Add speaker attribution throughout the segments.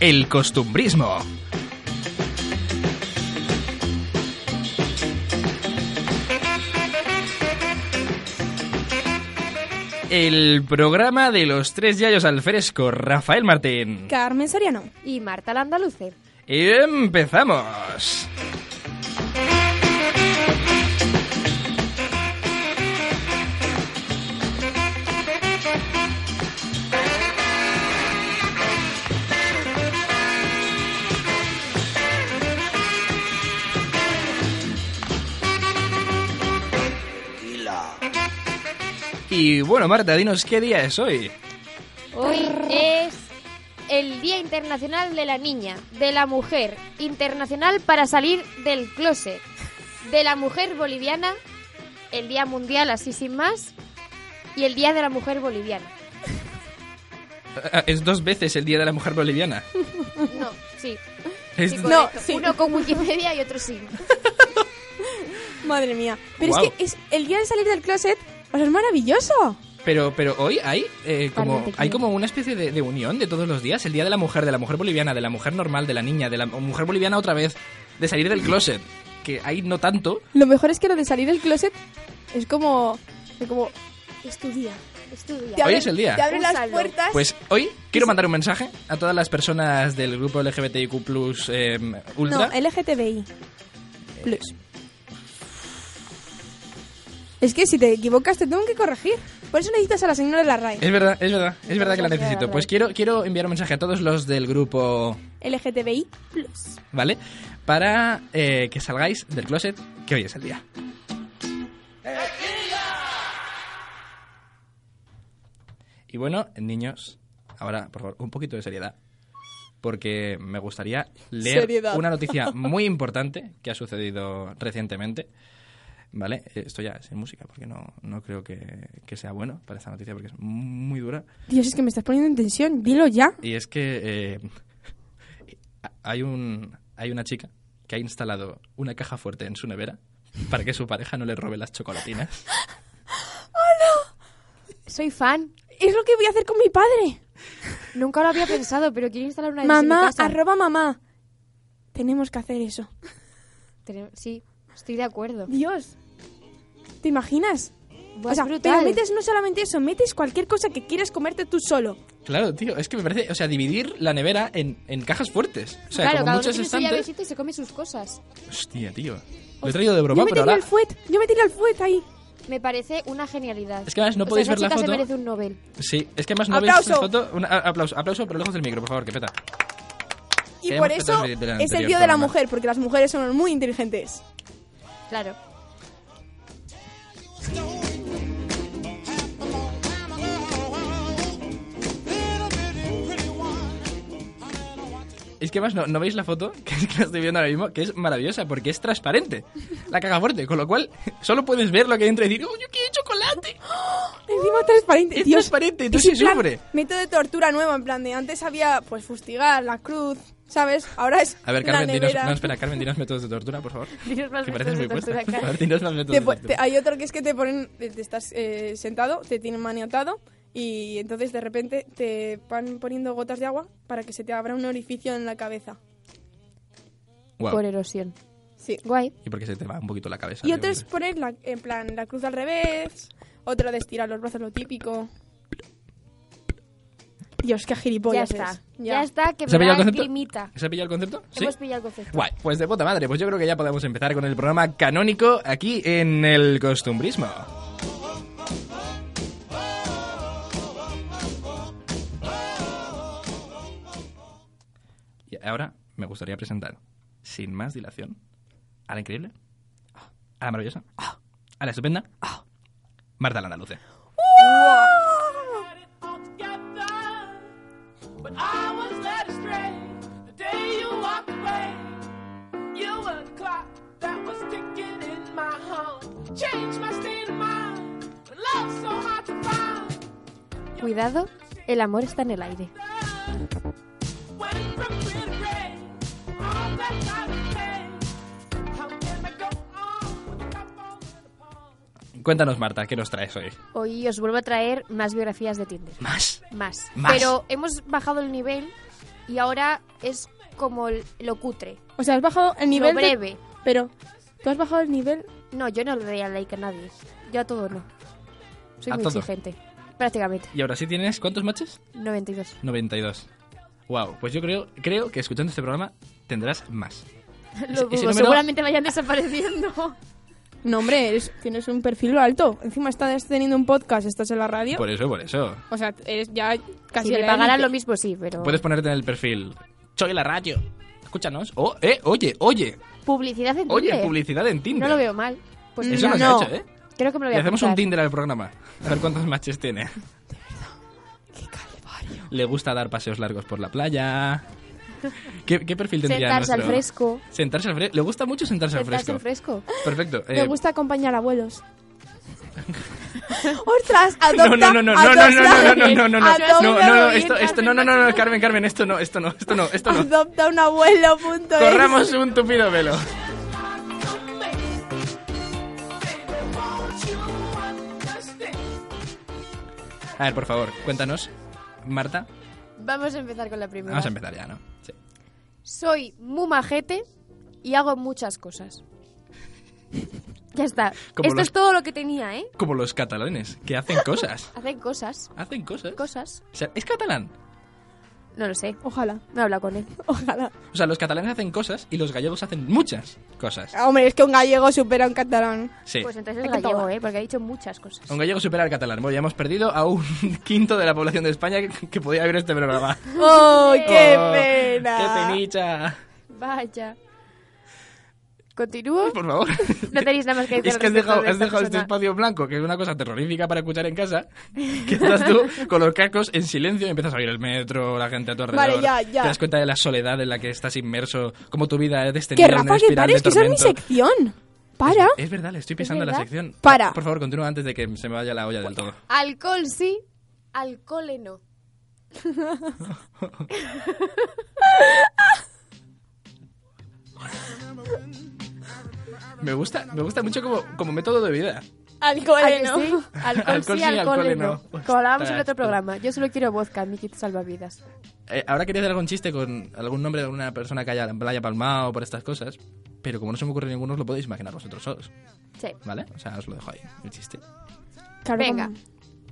Speaker 1: El costumbrismo. El programa de los tres yayos al fresco, Rafael Martín.
Speaker 2: Carmen Soriano.
Speaker 3: Y Marta la Andaluce.
Speaker 1: Empezamos. Y bueno, Marta, dinos qué día es hoy.
Speaker 3: Hoy es el Día Internacional de la Niña, de la Mujer, Internacional para salir del closet, de la Mujer Boliviana, el Día Mundial así sin más, y el Día de la Mujer Boliviana.
Speaker 1: Ah, Es dos veces el Día de la Mujer Boliviana.
Speaker 3: No, sí.
Speaker 1: Es-
Speaker 3: sí,
Speaker 2: No,
Speaker 3: correcto.
Speaker 2: sí.
Speaker 3: Uno con Wikipedia y otro sin.
Speaker 2: Madre mía. Pero
Speaker 1: Guau.
Speaker 2: es que es el día de salir del closet, o sea, es maravilloso.
Speaker 1: Pero, pero hoy hay eh, como
Speaker 3: Parece que
Speaker 1: hay
Speaker 3: no.
Speaker 1: como una especie de, de unión de todos los días. El día de la mujer, de la mujer boliviana, de la mujer normal, de la niña, de la mujer boliviana otra vez, de salir del closet. Que hay no tanto.
Speaker 2: Lo mejor es que lo de salir del closet es como. Es como. Es tu día.
Speaker 3: Estudia.
Speaker 2: Te
Speaker 1: Hoy
Speaker 2: abren-
Speaker 1: es el día.
Speaker 2: Te abren las
Speaker 3: Úsalo.
Speaker 2: puertas.
Speaker 1: Pues hoy quiero mandar un mensaje a todas las personas del grupo LGBTIQ eh,
Speaker 2: no,
Speaker 1: Ultra.
Speaker 2: LGTBI. Plus. Es que si te equivocas te tengo que corregir. Por eso necesitas a la señora de la RAE.
Speaker 1: Es verdad, es verdad, es verdad que la
Speaker 2: Gracias,
Speaker 1: necesito.
Speaker 2: Bárbara.
Speaker 1: Pues quiero, quiero enviar un mensaje a todos los del grupo
Speaker 2: LGTBI. Plus.
Speaker 1: ¿vale? Para eh, que salgáis del closet, que hoy es el día. Y bueno, niños, ahora, por favor, un poquito de seriedad. Porque me gustaría leer
Speaker 2: Seriedad.
Speaker 1: una noticia muy importante que ha sucedido recientemente. ¿Vale? Eh, Esto ya es en música, porque no, no creo que, que sea bueno para esta noticia, porque es muy dura.
Speaker 2: Dios, es que me estás poniendo en tensión. Dilo ya.
Speaker 1: Y es que eh, hay, un, hay una chica que ha instalado una caja fuerte en su nevera para que su pareja no le robe las chocolatinas.
Speaker 3: Soy fan.
Speaker 2: Es lo que voy a hacer con mi padre.
Speaker 3: Nunca lo había pensado, pero quiero instalar una de esas en mi
Speaker 2: Mamá,
Speaker 3: casa.
Speaker 2: arroba mamá. Tenemos que hacer eso.
Speaker 3: Tenem- Sí, estoy de acuerdo.
Speaker 2: Dios. ¿Te imaginas?
Speaker 3: Buah,
Speaker 2: o sea,
Speaker 3: es brutal.
Speaker 2: pero metes no solamente eso, metes cualquier cosa que quieras comerte tú solo.
Speaker 1: Claro, tío, es que me parece, o sea, dividir la nevera en, en cajas fuertes. O sea,
Speaker 3: claro,
Speaker 1: como
Speaker 3: cada
Speaker 1: muchos
Speaker 3: uno tiene su
Speaker 1: estantes.
Speaker 3: llavecita y se come sus cosas.
Speaker 1: Hostia, tío. Lo he traído de broma,
Speaker 2: yo me
Speaker 1: pero
Speaker 2: tiré
Speaker 1: ahora.
Speaker 2: al fuet, yo me tiré al fuet ahí.
Speaker 3: Me parece una genialidad.
Speaker 1: Es que además no
Speaker 3: O sea,
Speaker 1: podéis
Speaker 3: esa
Speaker 1: ver la
Speaker 3: chica
Speaker 1: foto.
Speaker 3: se merece un Nobel.
Speaker 1: Sí, es que además no veis
Speaker 2: ¡Aplauso!
Speaker 1: la foto. Un a- aplauso, aplauso, pero lejos del micro, por favor, que peta.
Speaker 2: Y
Speaker 1: Que
Speaker 2: por
Speaker 1: hemos
Speaker 2: eso
Speaker 1: petado el- el
Speaker 2: es el
Speaker 1: anterior
Speaker 2: día de la
Speaker 1: programa.
Speaker 2: mujer, porque las mujeres son muy inteligentes.
Speaker 3: Claro.
Speaker 1: Es que además no, no veis la foto, que es que la estoy viendo ahora mismo, que es maravillosa porque es transparente. La caja fuerte, con lo cual solo puedes ver lo que hay dentro y decir, ¡Oh, yo quiero chocolate!
Speaker 2: Encima transparente.
Speaker 1: Es
Speaker 2: Dios,
Speaker 1: transparente,
Speaker 2: es
Speaker 1: entonces
Speaker 2: en plan
Speaker 1: sufre.
Speaker 2: Método de tortura nuevo, en plan de antes había pues fustigar, la cruz, ¿sabes? Ahora es
Speaker 1: A ver,
Speaker 2: la
Speaker 1: Carmen, dinos,
Speaker 2: nevera.
Speaker 1: no, espera, Carmen, dinos métodos de tortura, por favor.
Speaker 3: Dinos más
Speaker 1: que pareces
Speaker 3: métodos
Speaker 1: muy
Speaker 3: de
Speaker 1: puesta.
Speaker 3: tortura, Carmen.
Speaker 1: A ver, dinos más métodos
Speaker 2: Te
Speaker 1: de
Speaker 2: po- te-
Speaker 1: tortura.
Speaker 2: hay otro que es que te ponen, te te estás eh, sentado, te tienen maniatado y entonces de repente te van poniendo gotas de agua para que se te abra un orificio en la cabeza.
Speaker 1: Guau.
Speaker 3: Por erosión.
Speaker 2: Sí.
Speaker 3: Guay.
Speaker 1: Y porque se te va un poquito la cabeza.
Speaker 2: Y
Speaker 1: digo,
Speaker 2: otro es
Speaker 1: pues.
Speaker 2: poner la, en plan la cruz al revés, otro de estirar los brazos, lo típico. Dios, qué
Speaker 3: Pues Ya
Speaker 2: gilipollas
Speaker 3: está.
Speaker 2: es.
Speaker 3: Ya. está, que
Speaker 1: ¿Se ha pillado
Speaker 3: me
Speaker 1: el
Speaker 3: da
Speaker 1: concepto?
Speaker 3: grimita.
Speaker 1: ¿Se ha pillado el concepto? Sí.
Speaker 3: Hemos pillado el concepto.
Speaker 1: Guay, pues de puta madre, pues yo creo que ya podemos empezar con el programa canónico aquí en el costumbrismo. Y ahora me gustaría presentar, sin más dilación, a la increíble, a la maravillosa, a la estupenda, Marta Landaluce.
Speaker 4: But I was led astray the day you walked away. You were the clock that was ticking in my home. Changed my state of mind. But love's so hard to find.
Speaker 3: Cuidado, el amor está en el aire.
Speaker 4: Went from gray to gray. All that I became. How can I go on with a cup all in a palm?
Speaker 1: Cuéntanos, Marta, ¿qué nos traes hoy?
Speaker 3: Hoy os vuelvo a traer más biografías de Tinder.
Speaker 1: ¿Más?
Speaker 3: Más.
Speaker 1: Más.
Speaker 3: Pero hemos bajado el nivel y ahora es como el- lo cutre,
Speaker 2: O sea, has bajado el nivel.
Speaker 3: lo
Speaker 2: de-
Speaker 3: breve.
Speaker 2: pero, ¿tú has bajado el nivel?
Speaker 3: No, yo no le doy al like a nadie. Yo a todo no. Soy
Speaker 1: A
Speaker 3: muy
Speaker 1: todo.
Speaker 3: exigente. Prácticamente.
Speaker 1: Y ahora sí tienes, ¿cuántos matches?
Speaker 3: 92.
Speaker 1: 92. Wow, pues yo creo, creo que escuchando este programa tendrás más.
Speaker 3: Lo
Speaker 1: ese
Speaker 3: dudo,
Speaker 1: número-
Speaker 3: Seguramente vayan desapareciendo.
Speaker 2: No, hombre, eres- tienes un perfil alto. Encima estás teniendo un podcast, estás en la radio.
Speaker 1: Por eso, por eso.
Speaker 2: O sea, eres ya casi
Speaker 3: si me
Speaker 2: la
Speaker 3: pagaran
Speaker 2: élite.
Speaker 3: lo mismo, sí, pero...
Speaker 1: Puedes ponerte en el perfil. Soy la radio. Escúchanos. Oh, eh, oye, oye.
Speaker 3: Publicidad en
Speaker 1: Oye,
Speaker 3: Tinder.
Speaker 1: publicidad en Tinder.
Speaker 3: No lo veo mal. Pues
Speaker 1: Eso no,
Speaker 3: mira,
Speaker 1: se ha hecho, ¿eh?
Speaker 3: Creo que me lo voy
Speaker 1: Le
Speaker 3: a
Speaker 1: hacemos un
Speaker 3: apuntar.
Speaker 1: Tinder al programa. A ver cuántos matches tiene. Le gusta dar paseos largos por la playa. ¿Qué, qué perfil tendría
Speaker 3: Sentarse al
Speaker 1: nuestro-
Speaker 3: fresco.
Speaker 1: Sentarse al fresco. Le gusta mucho sentarse,
Speaker 3: Sentarse
Speaker 1: al
Speaker 3: al
Speaker 1: fresco.
Speaker 3: fresco.
Speaker 1: Perfecto.
Speaker 2: Me
Speaker 1: eh,
Speaker 2: gusta acompañar abuelos. ¡Ostras! Adopta,
Speaker 1: No, no, no, no, no, no,
Speaker 2: adopta,
Speaker 1: no, no, no, no, no, no, no,
Speaker 2: adopta
Speaker 1: no,
Speaker 2: una
Speaker 1: no, no,
Speaker 2: abuelita,
Speaker 1: esto, esto, no, no, no, no, Carmen, Carmen, esto no, esto no, esto no, esto no.
Speaker 2: Adopta un abuelo, punto es.
Speaker 1: Corramos un tupido velo. A ver, por favor, cuéntanos, Marta.
Speaker 3: Vamos a empezar con la primera.
Speaker 1: Vamos a empezar ya, ¿no? Sí.
Speaker 3: Soy muy majete y hago muchas cosas. ya está.
Speaker 1: Como
Speaker 3: Esto
Speaker 1: los-
Speaker 3: es todo lo que tenía, ¿eh?
Speaker 1: Como los catalanes, que hacen cosas.
Speaker 3: Hacen cosas.
Speaker 1: Hacen cosas.
Speaker 3: Cosas.
Speaker 1: O sea, es catalán.
Speaker 3: No lo sé.
Speaker 2: Ojalá,
Speaker 3: No habla con él.
Speaker 2: ojalá.
Speaker 1: O sea, los catalanes hacen cosas y los gallegos hacen muchas cosas.
Speaker 2: Hombre, es que un gallego supera a un catalán.
Speaker 1: Sí.
Speaker 3: Pues entonces es
Speaker 2: Hay que
Speaker 3: gallego,
Speaker 2: tomar.
Speaker 3: ¿eh? Porque ha dicho muchas cosas.
Speaker 1: Un gallego supera al catalán. Bueno, ya hemos perdido a un quinto de la población de España que, que podía ver este programa.
Speaker 2: ¡Oh, qué
Speaker 1: Oh,
Speaker 2: pena!
Speaker 1: ¡Qué penicha!
Speaker 3: Vaya. ¿Continúo?
Speaker 1: Por favor.
Speaker 3: No tenéis nada más que decir.
Speaker 1: Es que has
Speaker 3: respecto
Speaker 1: dejado,
Speaker 3: de
Speaker 1: has
Speaker 3: esta
Speaker 1: dejado este
Speaker 3: persona.
Speaker 1: espacio blanco, que es una cosa terrorífica para escuchar en casa, que estás tú con los cascos en silencio y empiezas a oír el metro, la gente a tu alrededor.
Speaker 2: Vale, ya, ya.
Speaker 1: Te das cuenta de la soledad en la que estás inmerso, como tu vida es
Speaker 2: ¡Que
Speaker 1: descendida en una
Speaker 2: Rafa, que
Speaker 1: espiral de
Speaker 2: pares, que esa es mi
Speaker 1: tormento.
Speaker 2: sección! ¡Para!
Speaker 1: Es verdad, le estoy pisando la
Speaker 3: verdad?
Speaker 1: sección.
Speaker 2: Para.
Speaker 1: Por favor, continúa antes de que se me vaya la olla del todo.
Speaker 3: Alcohol sí, alcohol eh, no.
Speaker 1: Me gusta, me gusta mucho como, como método de vida.
Speaker 2: Alcohol,
Speaker 3: ¿A que
Speaker 2: ¿no?
Speaker 3: sí? Alcohol,
Speaker 1: Alcohol
Speaker 3: sí,
Speaker 1: sí, alcohol
Speaker 3: alcohol, no. Pues
Speaker 1: no. Ostras,
Speaker 3: Como hablábamos en el otro
Speaker 1: tú.
Speaker 3: programa. Yo solo quiero vodka, mi kit salvavidas.
Speaker 1: Eh, ahora quería hacer algún chiste con algún nombre de alguna persona que haya, en playa palmado por estas cosas, pero como no se me ocurre ninguno, os lo podéis imaginar vosotros solos,
Speaker 3: Sí.
Speaker 1: ¿vale? O sea, os lo dejo ahí, el chiste.
Speaker 2: Claro,
Speaker 3: Venga.
Speaker 2: como-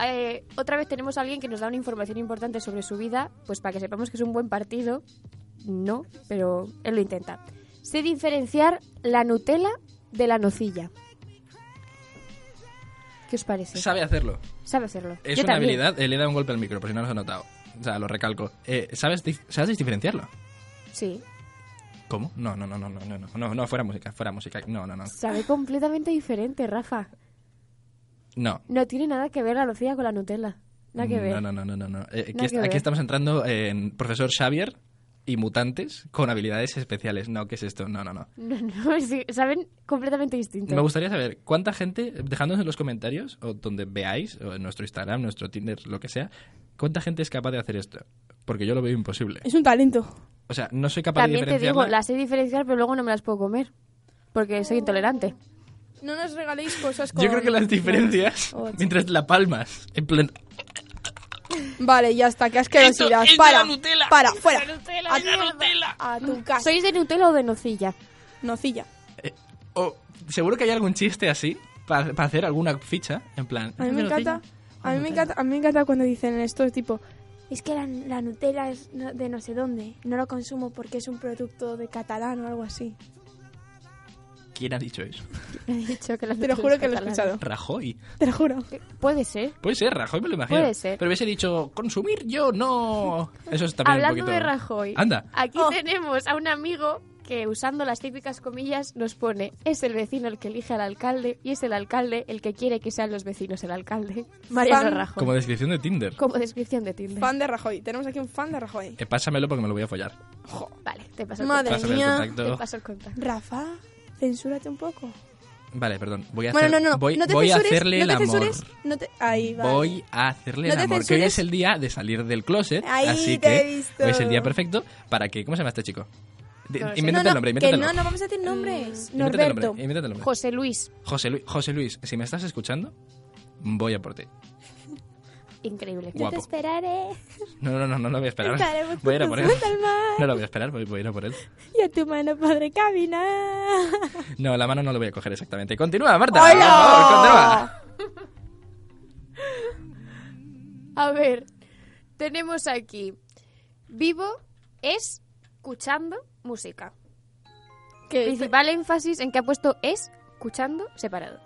Speaker 3: Eh, otra vez tenemos a alguien que nos da una información importante sobre su vida, pues para que sepamos que es un buen partido. No, pero él lo intenta. Sé diferenciar la Nutella de la nocilla. ¿Qué os parece?
Speaker 1: Sabe hacerlo.
Speaker 3: Sabe hacerlo.
Speaker 1: Es
Speaker 3: Yo
Speaker 1: una
Speaker 3: también.
Speaker 1: habilidad. eh, le he dado un golpe al micro, por si no lo has notado. O sea, lo recalco. Eh, ¿sabes, dif- ¿Sabes diferenciarlo?
Speaker 3: Sí.
Speaker 1: ¿Cómo? No, no, no, no, no, no, no, no, no, fuera música, fuera música. No, no, no.
Speaker 3: Sabe completamente diferente, Rafa.
Speaker 1: No.
Speaker 3: No tiene nada que ver la nocilla con la Nutella. Nada que ver.
Speaker 1: No, no, no, no, no, no. Eh, aquí,
Speaker 3: Nada
Speaker 1: est-
Speaker 3: que ver.
Speaker 1: aquí estamos entrando en profesor Xavier y mutantes con habilidades especiales. No, ¿qué es esto? No, no, no.
Speaker 3: No, no, sí, saben completamente distinto.
Speaker 1: Me gustaría saber cuánta gente, dejándonos en los comentarios o donde veáis, o en nuestro Instagram, nuestro Tinder, lo que sea, cuánta gente es capaz de hacer esto. Porque yo lo veo imposible.
Speaker 2: Es un talento.
Speaker 1: O sea, no soy capaz
Speaker 3: También
Speaker 1: de
Speaker 3: te digo,
Speaker 1: diferenciarla.
Speaker 3: las sé diferenciar, pero luego no me las puedo comer. Porque soy intolerante.
Speaker 2: No nos regaléis cosas con...
Speaker 1: Yo creo que las diferencias
Speaker 2: Ocho.
Speaker 1: mientras la palmas. En plan,
Speaker 2: Vale, ya está, qué asquerosidad. para, para, fuera. a, a tu casa.
Speaker 3: ¿Sois de Nutella o de nocilla?
Speaker 2: Nocilla.
Speaker 1: eh, o seguro que hay algún chiste así para, para hacer alguna ficha. En plan,
Speaker 2: A mí me encanta. A mí me encanta, a mí me encanta cuando dicen esto, es tipo,
Speaker 5: Es que la, la Nutella es no- de no sé dónde. No lo consumo porque es un producto de catalán o algo así.
Speaker 1: ¿Quién ha dicho eso?
Speaker 3: He dicho que
Speaker 2: Te lo juro que lo he escuchado.
Speaker 1: Rajoy.
Speaker 2: Te lo juro.
Speaker 3: Eh, Puede ser.
Speaker 1: Puede ser, Rajoy me lo imagino.
Speaker 3: Puede ser.
Speaker 1: Pero hubiese dicho, consumir yo, no. Eso es también un
Speaker 3: Hablando
Speaker 1: poquito...
Speaker 3: de Rajoy,
Speaker 1: Anda.
Speaker 3: aquí
Speaker 2: Oh.
Speaker 3: tenemos a un amigo que usando las típicas comillas nos pone es el vecino el que elige al alcalde y es el alcalde el que quiere que sean los vecinos el alcalde. Mariano
Speaker 2: Fan.
Speaker 3: Rajoy.
Speaker 1: Como descripción de Tinder.
Speaker 3: Como descripción de Tinder.
Speaker 2: Fan de Rajoy. Tenemos aquí un fan de Rajoy.
Speaker 1: Eh, pásamelo porque me lo voy a follar.
Speaker 3: Jo, Vale, te paso el
Speaker 2: Madre
Speaker 1: Pásame el
Speaker 2: mía.
Speaker 3: contacto. Te
Speaker 1: contacto.
Speaker 3: paso el contacto.
Speaker 2: Rafa, censúrate un poco.
Speaker 1: Vale, perdón. Voy a,
Speaker 2: Bueno,
Speaker 1: hacer-
Speaker 2: no, no, no.
Speaker 1: voy,
Speaker 2: no te
Speaker 1: voy a
Speaker 2: censures,
Speaker 1: hacerle
Speaker 2: no
Speaker 1: el
Speaker 2: te
Speaker 1: amor.
Speaker 2: censures, no te- Ahí va.
Speaker 1: Voy a hacerle
Speaker 2: No
Speaker 1: el
Speaker 2: te
Speaker 1: amor. Que hoy
Speaker 2: censures.
Speaker 1: es el día de salir del closet.
Speaker 2: Ahí
Speaker 1: así
Speaker 2: te
Speaker 1: que
Speaker 2: he visto.
Speaker 1: hoy es el día perfecto para que. ¿Cómo se llama este chico? De-
Speaker 3: No lo sé.
Speaker 1: invéntate
Speaker 2: no,
Speaker 1: el
Speaker 2: no,
Speaker 1: nombre,
Speaker 2: que
Speaker 1: invéntate el
Speaker 2: no,
Speaker 1: nombre.
Speaker 2: no vamos a decir nombres.
Speaker 1: Invéntate el nombre, eh.
Speaker 2: Norberto.
Speaker 1: invéntate el nombre.
Speaker 3: José Luis,
Speaker 1: José, Luis, José Luis, si me estás escuchando, voy a por ti.
Speaker 3: increíble.
Speaker 5: Yo te
Speaker 1: Guapo.
Speaker 5: esperaré.
Speaker 1: No, no, no, no lo voy a
Speaker 5: Estaremos
Speaker 1: esperar. Voy a ir a por él.
Speaker 5: juntos al mar.
Speaker 1: No lo voy a esperar, voy, voy a ir a por él.
Speaker 5: Y a tu mano podré caminar.
Speaker 1: No, la mano no lo voy a coger exactamente. Continúa, Marta. Por favor, continúa.
Speaker 3: A ver, tenemos aquí vivo es escuchando música.
Speaker 2: Que
Speaker 3: Principal énfasis en que ha puesto es escuchando separado.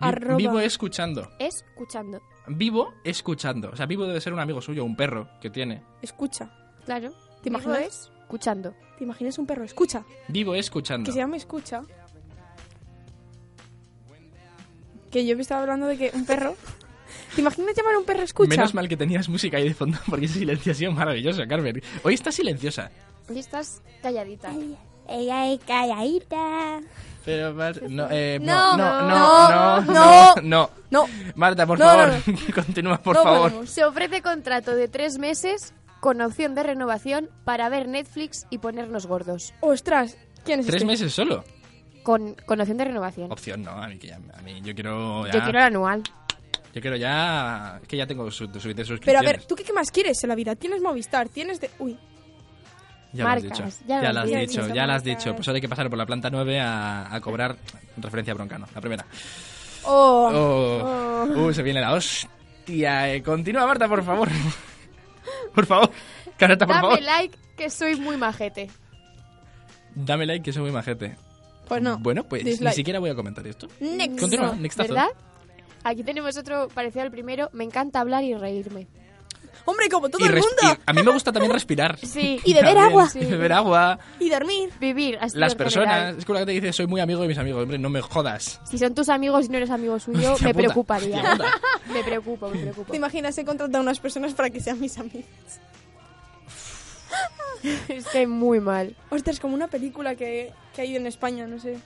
Speaker 1: Vi-
Speaker 2: Arroba.
Speaker 1: Vivo escuchando.
Speaker 3: Escuchando.
Speaker 1: Vivo escuchando. O sea, vivo debe ser un amigo suyo, un perro que tiene.
Speaker 2: escucha.
Speaker 3: Claro.
Speaker 2: ¿Te
Speaker 3: Vivo
Speaker 2: imaginas?
Speaker 3: es escuchando.
Speaker 2: ¿Te imaginas un perro? Escucha.
Speaker 1: Vivo escuchando.
Speaker 2: Que se llama Escucha. Que yo me estaba hablando de que un perro. ¿Te imaginas llamar a un perro Escucha?
Speaker 1: Menos mal que tenías música ahí de fondo, porque ese silencio ha sido maravilloso, Carmen. Hoy estás silenciosa.
Speaker 3: Y estás calladita.
Speaker 5: Ella es calladita.
Speaker 1: Pero, Mar- no, eh,
Speaker 2: No,
Speaker 1: no, no,
Speaker 2: no,
Speaker 1: no, no,
Speaker 2: no.
Speaker 1: no, no.
Speaker 2: No,
Speaker 1: Marta, por
Speaker 2: No,
Speaker 1: favor,
Speaker 2: no,
Speaker 1: continúa, por
Speaker 2: no
Speaker 1: favor.
Speaker 2: podemos.
Speaker 3: Se ofrece contrato de tres meses con opción de renovación para ver Netflix y ponernos gordos.
Speaker 2: Ostras, ¿quién es
Speaker 1: Tres
Speaker 2: este?
Speaker 1: meses solo.
Speaker 3: Con, con opción de renovación.
Speaker 1: Opción no, a mí, que ya- a mí yo quiero Oh, ya.
Speaker 3: Yo quiero el anual.
Speaker 1: yo quiero ya. Es que ya tengo su, su, de suscripciones.
Speaker 2: Pero a ver, ¿tú qué qué más quieres en la vida? Tienes Movistar, tienes de. Uy,
Speaker 1: Ya lo has
Speaker 3: Marcas,
Speaker 1: dicho. Ya,
Speaker 3: ya lo has
Speaker 1: lo has
Speaker 3: dicho.
Speaker 1: dicho,
Speaker 2: Son
Speaker 1: ya lo has
Speaker 2: marcas.
Speaker 1: dicho. Pues ahora hay que pasar por la planta 9 a, a cobrar referencia a Broncano, la primera.
Speaker 2: Oh,
Speaker 1: Oh. Uh, se viene la hostia. eh. Continúa, Marta, por favor. por favor. Carata, por
Speaker 3: Dame
Speaker 1: favor.
Speaker 3: like que soy muy majete.
Speaker 1: Dame like, que soy muy majete.
Speaker 2: pues no.
Speaker 1: Bueno, pues ni
Speaker 2: Dislike.
Speaker 1: siquiera voy a comentar esto.
Speaker 2: Next.
Speaker 1: Continúa, nextazo.
Speaker 3: ¿Verdad? Aquí tenemos otro parecido al primero. Me encanta hablar y reírme.
Speaker 2: Hombre, como todo
Speaker 1: Y
Speaker 2: el
Speaker 1: res-
Speaker 2: mundo.
Speaker 1: y a mí me gusta también respirar.
Speaker 3: Sí.
Speaker 2: Y beber
Speaker 1: También.
Speaker 2: agua.
Speaker 1: Y beber agua.
Speaker 2: Y dormir.
Speaker 3: Vivir así
Speaker 1: Las
Speaker 3: en
Speaker 1: personas.
Speaker 3: general.
Speaker 1: Es como la que te dice, soy muy amigo de mis amigos. Hombre, no me jodas.
Speaker 3: Si son tus amigos y no eres amigo suyo,
Speaker 1: Hostia
Speaker 3: me
Speaker 1: puta,
Speaker 3: preocuparía.
Speaker 1: hostia puta.
Speaker 3: Me preocupo, me preocupo.
Speaker 2: ¿Te imaginas? He contratado a unas personas para que sean mis amigos.
Speaker 3: Estoy muy mal.
Speaker 2: Ostras, como una película que, que hay en España, no sé.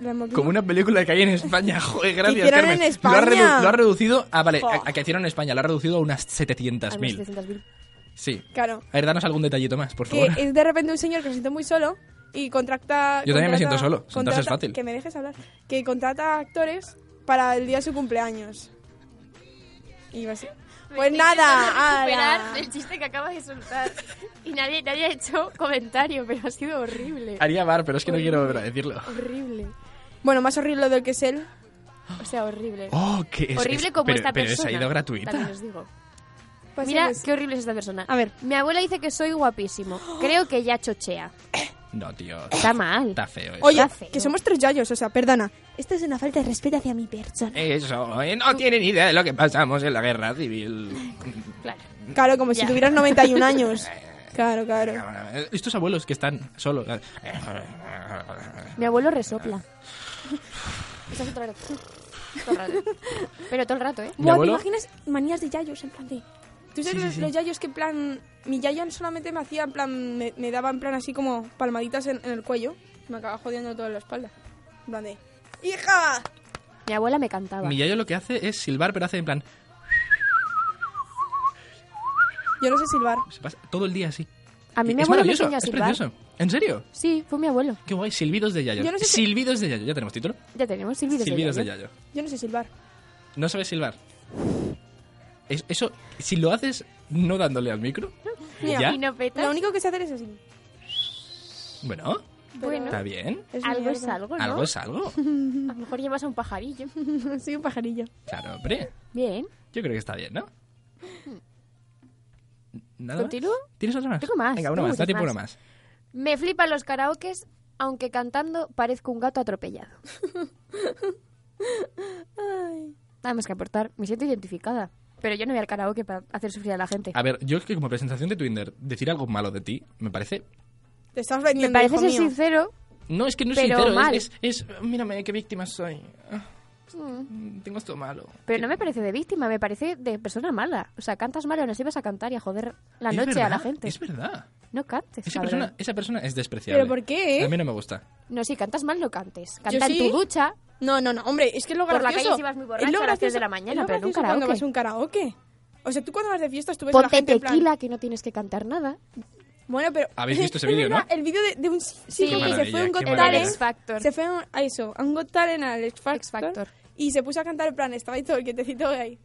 Speaker 2: La hemos visto.
Speaker 1: Como una película que hay en España. Joder, gracias,
Speaker 2: hicieron
Speaker 1: Carmen.
Speaker 2: en
Speaker 1: Lo, ha redu-
Speaker 2: España.
Speaker 1: lo ha reducido. Ah, vale,
Speaker 2: Joder.
Speaker 1: a, a que hicieron en España. Lo ha reducido a unas
Speaker 3: A
Speaker 1: 700.000.
Speaker 3: unos 300.000.
Speaker 1: Sí.
Speaker 2: Claro.
Speaker 1: A ver, danos algún detallito más, por
Speaker 2: Que
Speaker 1: favor.
Speaker 2: es de repente un señor que se siente muy solo y contracta...
Speaker 1: Yo también me
Speaker 2: contrata-
Speaker 1: siento solo, sentarse
Speaker 2: contrata-
Speaker 1: es fácil.
Speaker 2: Que me dejes hablar. Que contrata actores para el día de su cumpleaños. Y va así. Pues nada, ala.
Speaker 3: Recuperar el chiste que acabas de soltar. Y nadie, nadie ha hecho comentario, pero ha sido horrible.
Speaker 1: Haría bar, pero es que no quiero volver a decirlo.
Speaker 3: Horrible.
Speaker 2: Bueno, más horrible del que es él.
Speaker 3: O sea, horrible.
Speaker 1: Oh, que es,
Speaker 3: horrible
Speaker 1: es-
Speaker 3: como
Speaker 1: pero,
Speaker 3: esta
Speaker 1: pero
Speaker 3: persona.
Speaker 1: es ha ido
Speaker 3: También
Speaker 1: gratuita.
Speaker 3: os digo.
Speaker 2: Pues
Speaker 3: Mira
Speaker 2: él es-
Speaker 3: qué horrible es esta persona.
Speaker 2: A ver.
Speaker 3: Mi abuela dice que soy guapísimo. Creo que ya chochea.
Speaker 1: No, tío.
Speaker 3: Está mal.
Speaker 1: Está feo eso.
Speaker 2: Oye,
Speaker 3: está feo.
Speaker 2: que somos tres yayos, o sea, perdona.
Speaker 5: Esto es una falta de respeto hacia mi persona.
Speaker 1: Eso, eh, no tienen idea de lo que pasamos en la guerra civil.
Speaker 3: Claro.
Speaker 2: Claro, como si
Speaker 3: Ya.
Speaker 2: tuvieras 91 años. Claro, claro.
Speaker 1: Estos abuelos que están solos.
Speaker 3: Mi abuelo resopla. Estás otra vez. Todo el rato. Pero todo el rato, ¿eh?
Speaker 1: Mi
Speaker 5: Buah, ¿te
Speaker 1: abuelo-
Speaker 5: imaginas manías de yayos en plan de...
Speaker 2: ¿Tú sabes los, los yayos que en plan... Mi yayo solamente me hacía en plan... Me, me daba en plan así como palmaditas en, en el cuello. Me acababa jodiendo toda la espalda. En plan de... ¡Hija!
Speaker 3: Mi abuela me cantaba.
Speaker 1: Mi yayo lo que hace es silbar, pero hace en plan.
Speaker 2: Yo no sé silbar.
Speaker 1: Se pasa todo el día así.
Speaker 3: A mí
Speaker 1: Y
Speaker 3: mi
Speaker 1: es
Speaker 3: abuelo me
Speaker 1: maravilloso,
Speaker 3: enseñó a
Speaker 1: es
Speaker 3: silbar.
Speaker 1: precioso. ¿En serio?
Speaker 3: Sí, fue mi abuelo.
Speaker 1: Qué guay, silbidos de yayo.
Speaker 2: Yo no sé si-
Speaker 1: silbidos de yayo, ya tenemos título.
Speaker 3: Ya tenemos silbidos,
Speaker 1: silbidos de
Speaker 3: yayo.
Speaker 1: yayo.
Speaker 2: Yo no sé silbar.
Speaker 1: No sabes silbar. Es- eso, si lo haces no dándole al micro.
Speaker 2: Mira,
Speaker 1: ¿Ya?
Speaker 3: Y no peta.
Speaker 2: Lo único que sé hacer es así.
Speaker 1: Bueno,
Speaker 3: Bueno,
Speaker 1: está bien.
Speaker 2: Es
Speaker 3: algo
Speaker 2: mierda.
Speaker 3: es algo, ¿no?
Speaker 1: Algo es algo.
Speaker 3: A lo mejor llevas a un pajarillo.
Speaker 2: Soy un pajarillo.
Speaker 1: Claro, hombre.
Speaker 3: Bien.
Speaker 1: Yo creo que está bien, ¿no? ¿Nada más?
Speaker 3: ¿Continúo?
Speaker 1: ¿Tienes otra más?
Speaker 3: Tengo más,
Speaker 1: Venga, una
Speaker 3: tengo
Speaker 1: más. Da
Speaker 3: muchas
Speaker 1: tiempo una
Speaker 3: más.
Speaker 1: más.
Speaker 3: Me flipan los karaokes Aunque cantando parezco un gato atropellado. Nada más que aportar. Me siento identificada. Pero yo no voy al karaoke para hacer sufrir a la gente.
Speaker 1: A ver, yo es que como presentación de Tinder, decir algo malo de ti me parece.
Speaker 2: Te estás
Speaker 3: Me
Speaker 2: vendiendo,
Speaker 3: parece
Speaker 2: hijo
Speaker 3: ser
Speaker 2: mío.
Speaker 3: sincero.
Speaker 1: No, es que no es
Speaker 3: Pero
Speaker 1: sincero. ¿eh?
Speaker 3: mal.
Speaker 1: Es, es, es, Mírame, qué víctima soy. Ah, Tengo esto malo.
Speaker 3: Mm. Pero no me parece de víctima, me parece de persona mala. O sea, cantas mal, aún así vas a cantar y a joder la
Speaker 1: Es
Speaker 3: noche a la
Speaker 1: verdad,
Speaker 3: gente.
Speaker 1: Es verdad.
Speaker 3: No cantes,
Speaker 1: Esa
Speaker 3: cabrón.
Speaker 1: persona, esa persona es despreciable.
Speaker 2: ¿Pero por qué?
Speaker 1: A mí no me gusta.
Speaker 3: No, si cantas mal, no cantes. Canta en
Speaker 2: sí.
Speaker 3: tu ducha.
Speaker 2: No, no, no, hombre, es que es lo
Speaker 3: Por la
Speaker 2: gracioso.
Speaker 3: calle si vas muy borracho
Speaker 2: es lo
Speaker 3: a las diez de
Speaker 2: gracioso-
Speaker 3: la mañana,
Speaker 2: es lo
Speaker 3: pero en un
Speaker 2: gracioso cuando
Speaker 3: karaoke.
Speaker 2: vas a un karaoke. O sea, tú cuando vas de fiestas tú ves a la
Speaker 3: Ponte
Speaker 2: gente en plan-
Speaker 3: tequila, que no tienes que cantar nada.
Speaker 2: Bueno, pero...
Speaker 1: Habéis visto ese
Speaker 2: Es
Speaker 1: vídeo, ¿no?
Speaker 2: verdad, El vídeo de, de un sí, que
Speaker 3: Qué
Speaker 2: se fue
Speaker 1: maravilla,
Speaker 2: a un
Speaker 1: qué
Speaker 2: Got
Speaker 1: maravilla.
Speaker 2: Talent.
Speaker 3: Factor.
Speaker 2: Se fue a, un- a eso, a un Got Talent al X Factor,
Speaker 3: X Factor.
Speaker 2: Y se puso a cantar en plan, estaba ahí todo el que te citó ahí.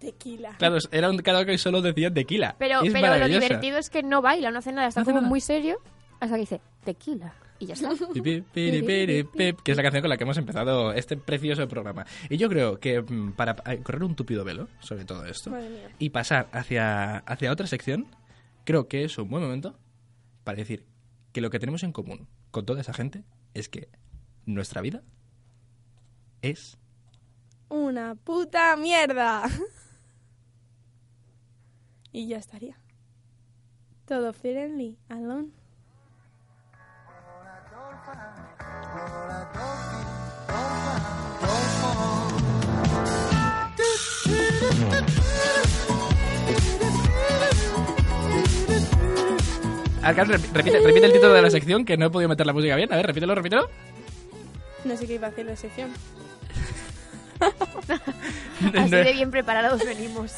Speaker 2: Tequila.
Speaker 1: Claro, era un karaoke y solo decía tequila.
Speaker 3: Pero,
Speaker 1: es
Speaker 3: pero lo
Speaker 1: maravillosa.
Speaker 3: divertido es que no baila, no hace nada, está
Speaker 1: No hace
Speaker 3: como
Speaker 1: nada.
Speaker 3: muy serio hasta que dice tequila y ya está.
Speaker 1: Pi, pi, piri, piri, pip, que es la canción con la que hemos empezado este precioso programa. Y yo creo que mm, para eh, correr un tupido velo sobre todo esto
Speaker 2: Madre mía.
Speaker 1: y pasar hacia, hacia otra sección, creo que es un buen momento para decir que lo que tenemos en común con toda esa gente es que nuestra vida es...
Speaker 2: Una puta mierda. y ya estaría. Todo friendly, alone.
Speaker 1: Alcalde, rep- repite, repite el título de la sección que no he podido meter la música bien. A ver, repítelo, repítelo.
Speaker 2: No sé qué iba a hacer la sección.
Speaker 3: Así de bien preparados venimos.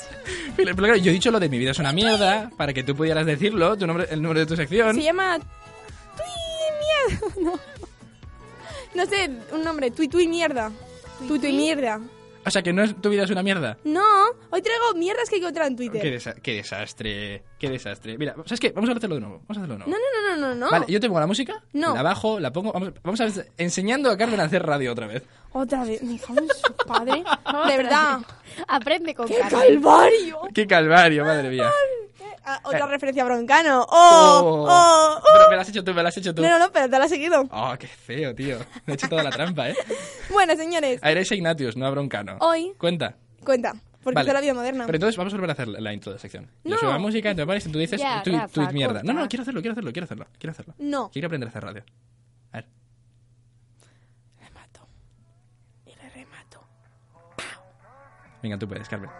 Speaker 1: Pero, pero claro, yo he dicho lo de mi vida es una mierda para que tú pudieras decirlo, tu nombre, el número de tu sección.
Speaker 2: Se llama Tui Mierda. No. No sé, un nombre. Tui Tui Mierda. Tui Tui Mierda.
Speaker 1: O sea, que no es tu vida es una mierda.
Speaker 2: No, hoy traigo mierdas que he encontrado en Twitter.
Speaker 1: Qué, desa- qué desastre, qué desastre. Mira, ¿sabes qué? Vamos a hacerlo de nuevo. Vamos a hacerlo de nuevo.
Speaker 2: No, no, no, no, no. no.
Speaker 1: Vale, yo te pongo la música,
Speaker 2: No.
Speaker 1: la bajo, la pongo. Vamos, vamos a ver, enseñando a Carmen a hacer radio otra vez.
Speaker 2: Otra vez, me cago en su padre. De verdad.
Speaker 3: Aprende con
Speaker 2: ¡Qué
Speaker 3: calma.
Speaker 2: calvario!
Speaker 1: ¡Qué calvario, madre mía!
Speaker 2: Ah, otra referencia a Broncano. ¡Oh! ¡Oh! oh.
Speaker 1: Pero me la has hecho tú, me la has hecho tú.
Speaker 2: No, no, no, pero te la has seguido.
Speaker 1: ¡Oh, qué feo, tío! Me he hecho toda la trampa, ¿eh?
Speaker 2: Bueno, señores,
Speaker 1: A ver, es Ignatius, no a Broncano.
Speaker 2: Hoy-
Speaker 1: Cuenta.
Speaker 2: cuenta. Porque
Speaker 1: Vale.
Speaker 2: es la vida moderna.
Speaker 1: Pero entonces vamos a volver a hacer la la intro de sección. Yo
Speaker 2: No.
Speaker 1: subo la música, te pones y tú dices
Speaker 3: Ya,
Speaker 1: tu
Speaker 3: Rafa,
Speaker 1: tu mierda. No, no,
Speaker 3: corta.
Speaker 1: quiero hacerlo, quiero hacerlo, quiero hacerlo, quiero hacerlo.
Speaker 2: No.
Speaker 1: Quiero aprender a hacer radio. A ver.
Speaker 2: Le mato. Y le remato.
Speaker 1: Venga, tú puedes, Carmen.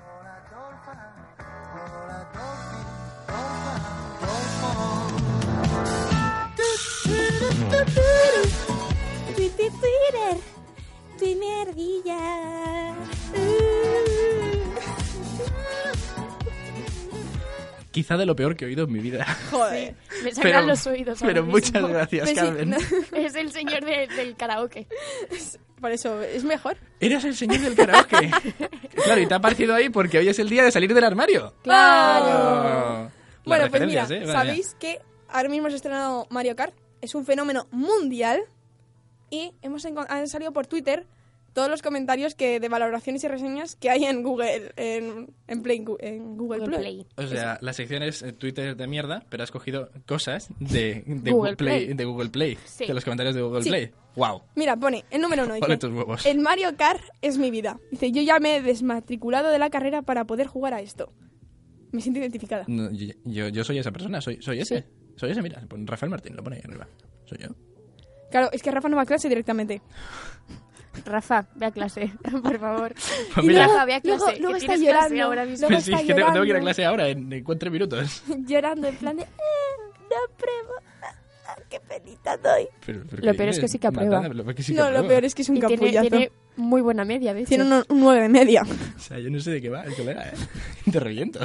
Speaker 5: Tui, tui, Twitter. Tui mierdilla. uh,
Speaker 1: Quizá de lo peor que he oído en mi vida.
Speaker 2: Joder.
Speaker 3: Me sangran los oídos. ahora
Speaker 1: Pero
Speaker 3: mismo.
Speaker 1: muchas gracias,
Speaker 2: Pero Pues sí,
Speaker 1: Carmen.
Speaker 2: no.
Speaker 3: Es el señor de- del karaoke.
Speaker 2: Por eso, es mejor.
Speaker 1: Eras el señor del karaoke. claro, y te ha parecido ahí porque hoy es el día de salir del armario. Oh. Las
Speaker 2: Bueno, pues mira,
Speaker 1: referencias, ¿eh? Vaya.
Speaker 2: sabéis que ahora mismo se ha estrenado Mario Kart. Es un fenómeno mundial. Y hemos encon- han salido por Twitter todos los comentarios que de valoraciones y reseñas que hay en Google, en, en Play, en Gu- en Google,
Speaker 3: Google
Speaker 2: Play.
Speaker 3: Play.
Speaker 1: O sea, la sección es eh, Twitter de mierda, pero has cogido cosas de, de
Speaker 3: Google
Speaker 1: Google Play,
Speaker 3: Play.
Speaker 1: de Google Play,
Speaker 3: Sí.
Speaker 1: de los comentarios de Google
Speaker 2: Sí.
Speaker 1: Play. Wow.
Speaker 2: Mira, pone, el número uno.
Speaker 1: Ole
Speaker 2: Dice,
Speaker 1: tus huevos.
Speaker 2: el Mario Kart es mi vida. Dice, yo ya me he desmatriculado de la carrera para poder jugar a esto. Me siento identificada.
Speaker 1: No, yo, yo- yo soy esa persona, soy, soy ese. Soy ese, mira, pon Rafael Martín lo pone ahí arriba. Soy yo.
Speaker 2: Claro, es que Rafa no va a clase directamente.
Speaker 3: Rafa, ve a clase, por favor.
Speaker 1: Pues mira,
Speaker 3: Rafa, ve a clase.
Speaker 5: luego- luego
Speaker 3: que
Speaker 5: está
Speaker 3: tienes clase
Speaker 5: llorando.
Speaker 3: ahora mismo.
Speaker 5: Luego
Speaker 1: Pues sí,
Speaker 5: está
Speaker 1: es que tengo, tengo que ir a
Speaker 5: llorando.
Speaker 1: clase ahora en, en cuatro minutos.
Speaker 5: Llorando en plan de. "Eh, no apruebo. Ah, qué penita doy.
Speaker 1: Pero- pero
Speaker 3: Lo
Speaker 1: ¿qué
Speaker 3: peor es que
Speaker 1: dices?
Speaker 3: sí que aprueba.
Speaker 1: Matada, lo peor que sí que
Speaker 2: no, lo
Speaker 1: aprueba.
Speaker 2: peor es que es un
Speaker 3: Y tiene,
Speaker 6: pues
Speaker 2: capullazo.
Speaker 3: tiene
Speaker 2: Tiene,
Speaker 3: muy buena media, de hecho.
Speaker 2: un, un 9 de media.
Speaker 1: O sea, yo no sé de qué va el colega, ¿eh? Te reviento.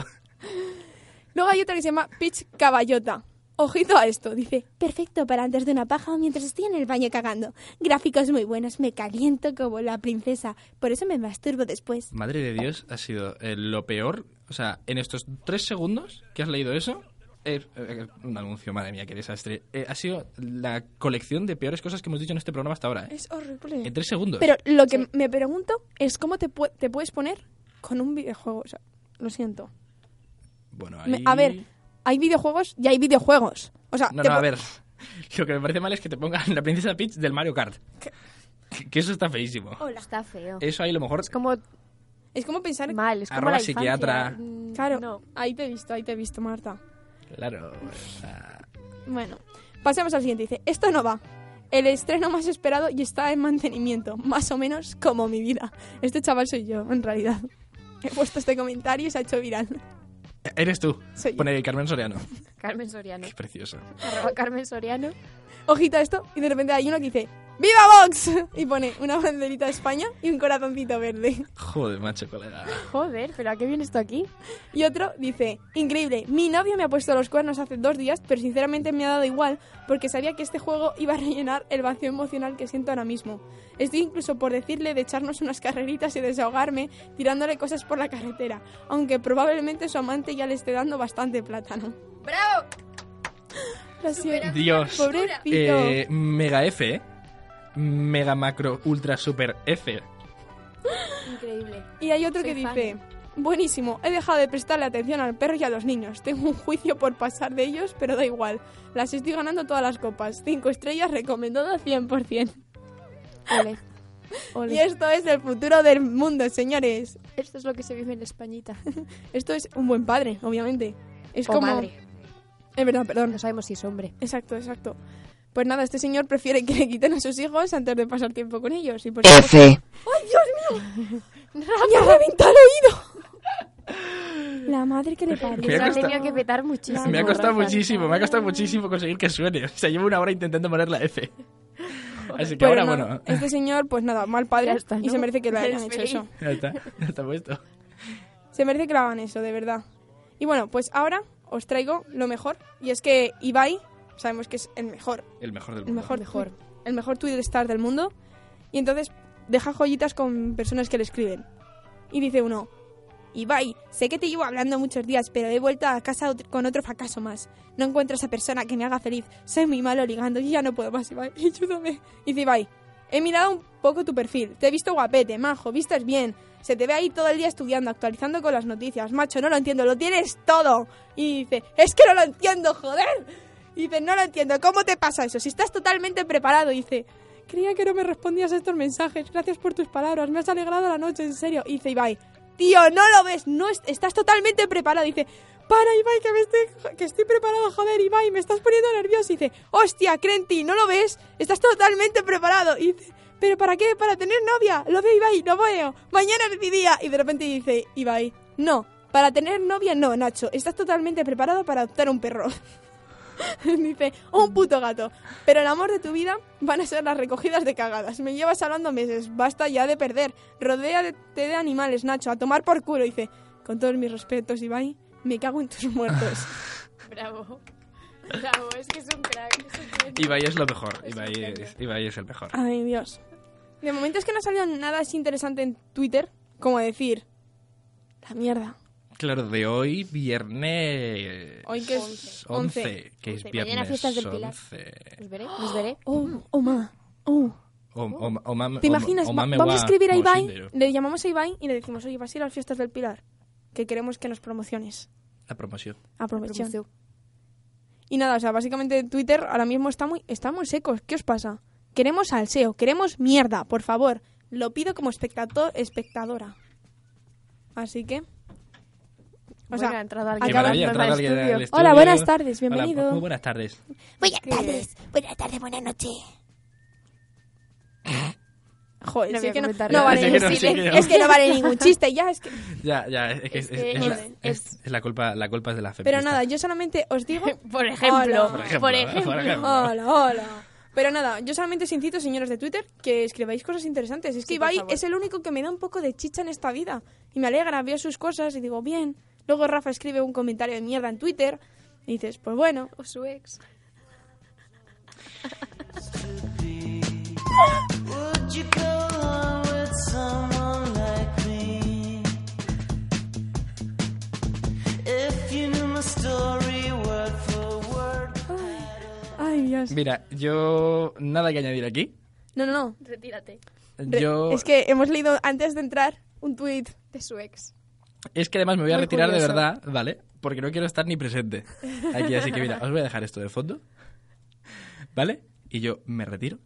Speaker 2: Luego hay otra que se llama Pitch Caballota. Ojito a esto, dice.
Speaker 5: Perfecto para antes de una paja o mientras estoy en el baño cagando. Gráficos muy buenos, me caliento como la princesa. Por eso me masturbo después.
Speaker 1: Madre de Dios, ha sido eh, lo peor. O sea, en estos tres segundos que has leído eso, eh, eh, un anuncio, madre mía, qué desastre. Eh, ha sido la colección de peores cosas que hemos dicho en este programa hasta ahora, ¿eh?
Speaker 2: Es horrible.
Speaker 1: En tres segundos.
Speaker 2: Pero lo que me pregunto es cómo te, pu- te puedes poner con un videojuego. O sea, lo siento.
Speaker 1: bueno,
Speaker 2: Me-
Speaker 1: ahí...
Speaker 2: a ver, hay videojuegos y hay videojuegos. O sea,
Speaker 1: No,
Speaker 2: Ah, te
Speaker 1: no,
Speaker 2: po-
Speaker 1: a ver. Lo que me parece mal es que te pongan la princesa Peach del Mario Kart. Que, que eso está feísimo.
Speaker 3: Está feo.
Speaker 1: Eso ahí lo mejor...
Speaker 6: Es como
Speaker 2: Es como pensar...
Speaker 6: mal, es como
Speaker 1: Arroba
Speaker 6: la infancia.
Speaker 1: psiquiatra.
Speaker 6: Mm,
Speaker 2: Claro,
Speaker 6: no.
Speaker 2: ahí te he visto, ahí te he visto, Marta.
Speaker 1: Claro. o sea,
Speaker 2: Bueno, pasemos al siguiente. Dice, esto no va. El estreno más esperado y está en mantenimiento, más o menos como mi vida. Este chaval soy yo, en realidad. He puesto este comentario y se ha hecho viral.
Speaker 1: Eres tú.
Speaker 2: Soy yo.
Speaker 1: Pone Carmen Soriano.
Speaker 6: Carmen Soriano.
Speaker 1: Qué precioso.
Speaker 6: Arroba Carmen Soriano.
Speaker 2: Ojito a esto, y de repente hay uno que dice, ¡Viva Vox! Y pone una banderita de España y un corazoncito verde.
Speaker 1: Joder, macho, colega.
Speaker 6: Joder, pero ¿a qué viene esto aquí?
Speaker 2: Y otro dice, increíble, mi novio me ha puesto los cuernos hace dos días, pero sinceramente me ha dado igual porque sabía que este juego iba a rellenar el vacío emocional que siento ahora mismo. Estoy incluso por decirle de echarnos unas carreritas y desahogarme tirándole cosas por la carretera, aunque probablemente su amante ya le esté dando bastante plátano.
Speaker 3: ¡Bravo!
Speaker 2: Lo siento.
Speaker 1: Dios.
Speaker 2: Pobrecito.
Speaker 1: Eh, mega F. ¿eh? Mega macro ultra super F.
Speaker 6: Increíble.
Speaker 2: Y hay otro
Speaker 6: Soy
Speaker 2: que
Speaker 6: fan.
Speaker 2: dice, buenísimo, he dejado de prestarle atención al perro y a los niños. Tengo un juicio por pasar de ellos, pero da igual. Las estoy ganando todas las copas. Cinco estrellas recomendado 100%.
Speaker 6: Ole. Ole.
Speaker 2: Y esto es el futuro del mundo, señores.
Speaker 6: Esto es lo que se vive en Españita.
Speaker 2: Esto es un buen padre, obviamente. Es
Speaker 6: O
Speaker 2: como...
Speaker 6: madre.
Speaker 2: Es verdad, perdón.
Speaker 6: No sabemos si es hombre.
Speaker 2: Exacto, exacto. Pues nada, este señor prefiere que le quiten a sus hijos antes de pasar tiempo con ellos. Y por supuesto- ¡Ay, Dios mío! ¡Me ha reventado el oído! La madre que le parió.
Speaker 1: Me ha
Speaker 6: Eso ha
Speaker 1: costado-
Speaker 6: tenido que petar
Speaker 2: Ah,
Speaker 6: muchísimo.
Speaker 1: Me ha costado
Speaker 6: Rafa.
Speaker 1: muchísimo, me ha costado muchísimo conseguir que suene. O sea, llevo una hora intentando poner la F. Así que
Speaker 2: Pero
Speaker 1: ahora,
Speaker 2: no,
Speaker 1: bueno.
Speaker 2: Este señor, pues nada, mal padre
Speaker 6: Ya está,
Speaker 2: y
Speaker 6: ¿no?
Speaker 2: se merece que le
Speaker 6: Eres
Speaker 2: hayan hecho
Speaker 6: feliz.
Speaker 2: eso.
Speaker 1: Ya está, ya está puesto.
Speaker 2: Se merece que le hagan eso, de verdad. Y bueno, pues ahora os traigo lo mejor y es que Ibai, sabemos que es el mejor,
Speaker 1: El mejor del
Speaker 2: el
Speaker 1: mundo.
Speaker 2: mejor,
Speaker 6: Mejor.
Speaker 2: twi- el mejor Twitter star del mundo y entonces deja joyitas con personas que le escriben. Y dice uno, Ibai, sé que te llevo hablando muchos días, pero he vuelto a casa ot- con otro fracaso más. No encuentro a esa persona que me haga feliz. Soy muy malo ligando y ya no puedo más, Ibai. Ayúdame. Dice Ibai, he mirado un poco tu perfil. Te he visto guapete, majo, vistes bien. Se te ve ahí todo el día estudiando, actualizando con las noticias. Macho, no lo entiendo, lo tienes todo. Y dice, es que no lo entiendo, joder. Y dice, no lo entiendo, ¿cómo te pasa eso? Si estás totalmente preparado, Y dice. Creía que no me respondías a estos mensajes. Gracias por tus palabras. Me has alegrado la noche, en serio. Y dice Ibai, tío, no lo ves. No es- estás totalmente preparado. Dice, para Ibai, que, me estoy, que estoy preparado. Joder, Ibai, me estás poniendo nervioso. Y dice, hostia, creen en ti, no lo ves. Estás totalmente preparado. Y dice, ¿pero para qué? Para tener novia. Lo veo, Ibai, lo veo. Mañana es mi día. Y de repente dice Ibai, no. Para tener novia, no, Nacho. Estás totalmente preparado para adoptar un perro. Dice, un puto gato. Pero el amor de tu vida van a ser las recogidas de cagadas. Me llevas hablando meses. Basta ya de perder. Rodéate de animales, Nacho. A tomar por culo. Dice, con todos mis respetos, Ibai, me cago en tus muertos.
Speaker 6: Bravo. Bravo, es que es un crack. es un crack.
Speaker 1: Ibai es lo mejor. Ibai es, Ibai es el mejor.
Speaker 2: Ay, Dios. De momento es que no ha salido nada así interesante en Twitter como decir, la mierda.
Speaker 1: Claro, de hoy, viernes.
Speaker 2: Hoy que es 11.
Speaker 1: 11. Que es
Speaker 3: Once.
Speaker 1: viernes.
Speaker 3: Mañana fiestas del Pilar.
Speaker 1: 11.
Speaker 3: Los veré, los veré.
Speaker 2: Oh, oh, ma. Oh.
Speaker 1: O- o- o mam-
Speaker 2: ¿Te
Speaker 1: o-
Speaker 2: imaginas?
Speaker 1: o
Speaker 2: Va-
Speaker 1: mame
Speaker 2: vamos a
Speaker 1: wa-
Speaker 2: escribir a
Speaker 1: mo
Speaker 2: Ibai,
Speaker 1: shindero.
Speaker 2: le llamamos a Ibai y le decimos, oye, vas a ir a las fiestas del Pilar, que queremos que nos promociones.
Speaker 1: La promoción.
Speaker 2: A promoción.
Speaker 6: Promoción.
Speaker 2: Y nada, o sea, básicamente Twitter ahora mismo está muy, está muy seco. ¿Qué os pasa? Queremos salseo, queremos mierda, por favor. Lo pido como espectato- espectadora. Así que. O sea,
Speaker 6: Bueno, ha entrado
Speaker 2: Qué
Speaker 6: alguien.
Speaker 1: Qué
Speaker 2: Acabas
Speaker 1: maravilla,
Speaker 6: entrando
Speaker 1: trae
Speaker 6: al
Speaker 1: a alguien
Speaker 6: estudio.
Speaker 1: al estudio.
Speaker 2: Hola, buenas tardes,
Speaker 1: Hola,
Speaker 2: bienvenido.
Speaker 1: muy buenas tardes.
Speaker 5: Buenas tardes, buenas tardes, buenas noches.
Speaker 2: joder,
Speaker 6: No
Speaker 2: sí
Speaker 6: voy a
Speaker 2: que no,
Speaker 6: comentar
Speaker 2: no
Speaker 6: nada.
Speaker 2: vale
Speaker 1: Sí que no,
Speaker 2: ningún-
Speaker 1: sí que no.
Speaker 2: Es que no vale ningún chiste, ya es que-
Speaker 1: Ya, ya, es que es,
Speaker 6: Es
Speaker 1: es-
Speaker 6: que
Speaker 1: es la,
Speaker 6: es-
Speaker 1: es- es la culpa, la culpa es de la feminista.
Speaker 2: Pero nada, yo solamente os digo.
Speaker 6: Por ejemplo.
Speaker 2: Hola.
Speaker 6: Por ejemplo.
Speaker 1: por ejemplo.
Speaker 2: Hola, hola. Pero nada, yo solamente os incito, señores de Twitter, que escribáis cosas interesantes. Es que
Speaker 6: Sí, por
Speaker 2: Ibai
Speaker 6: favor.
Speaker 2: es el único que me da un poco de chicha en esta vida. Y me alegra, veo sus cosas y digo, bien. Luego Rafa escribe un comentario de mierda en Twitter. Y dices, pues bueno.
Speaker 6: O su ex.
Speaker 7: Would you go on with someone like me? If you knew my story word for word.
Speaker 2: Ay, Dios.
Speaker 1: Mira, yo nada que añadir aquí.
Speaker 2: No, no, no.
Speaker 6: Retírate.
Speaker 2: Re-
Speaker 1: Yo
Speaker 2: Es que hemos leído antes de entrar un tweet.
Speaker 6: De su ex.
Speaker 1: es que además me voy a
Speaker 2: Muy
Speaker 1: retirar
Speaker 2: curioso.
Speaker 1: de verdad, ¿vale? Porque no quiero estar ni presente aquí, así que mira, os voy a dejar esto de fondo. ¿Vale? Y yo me retiro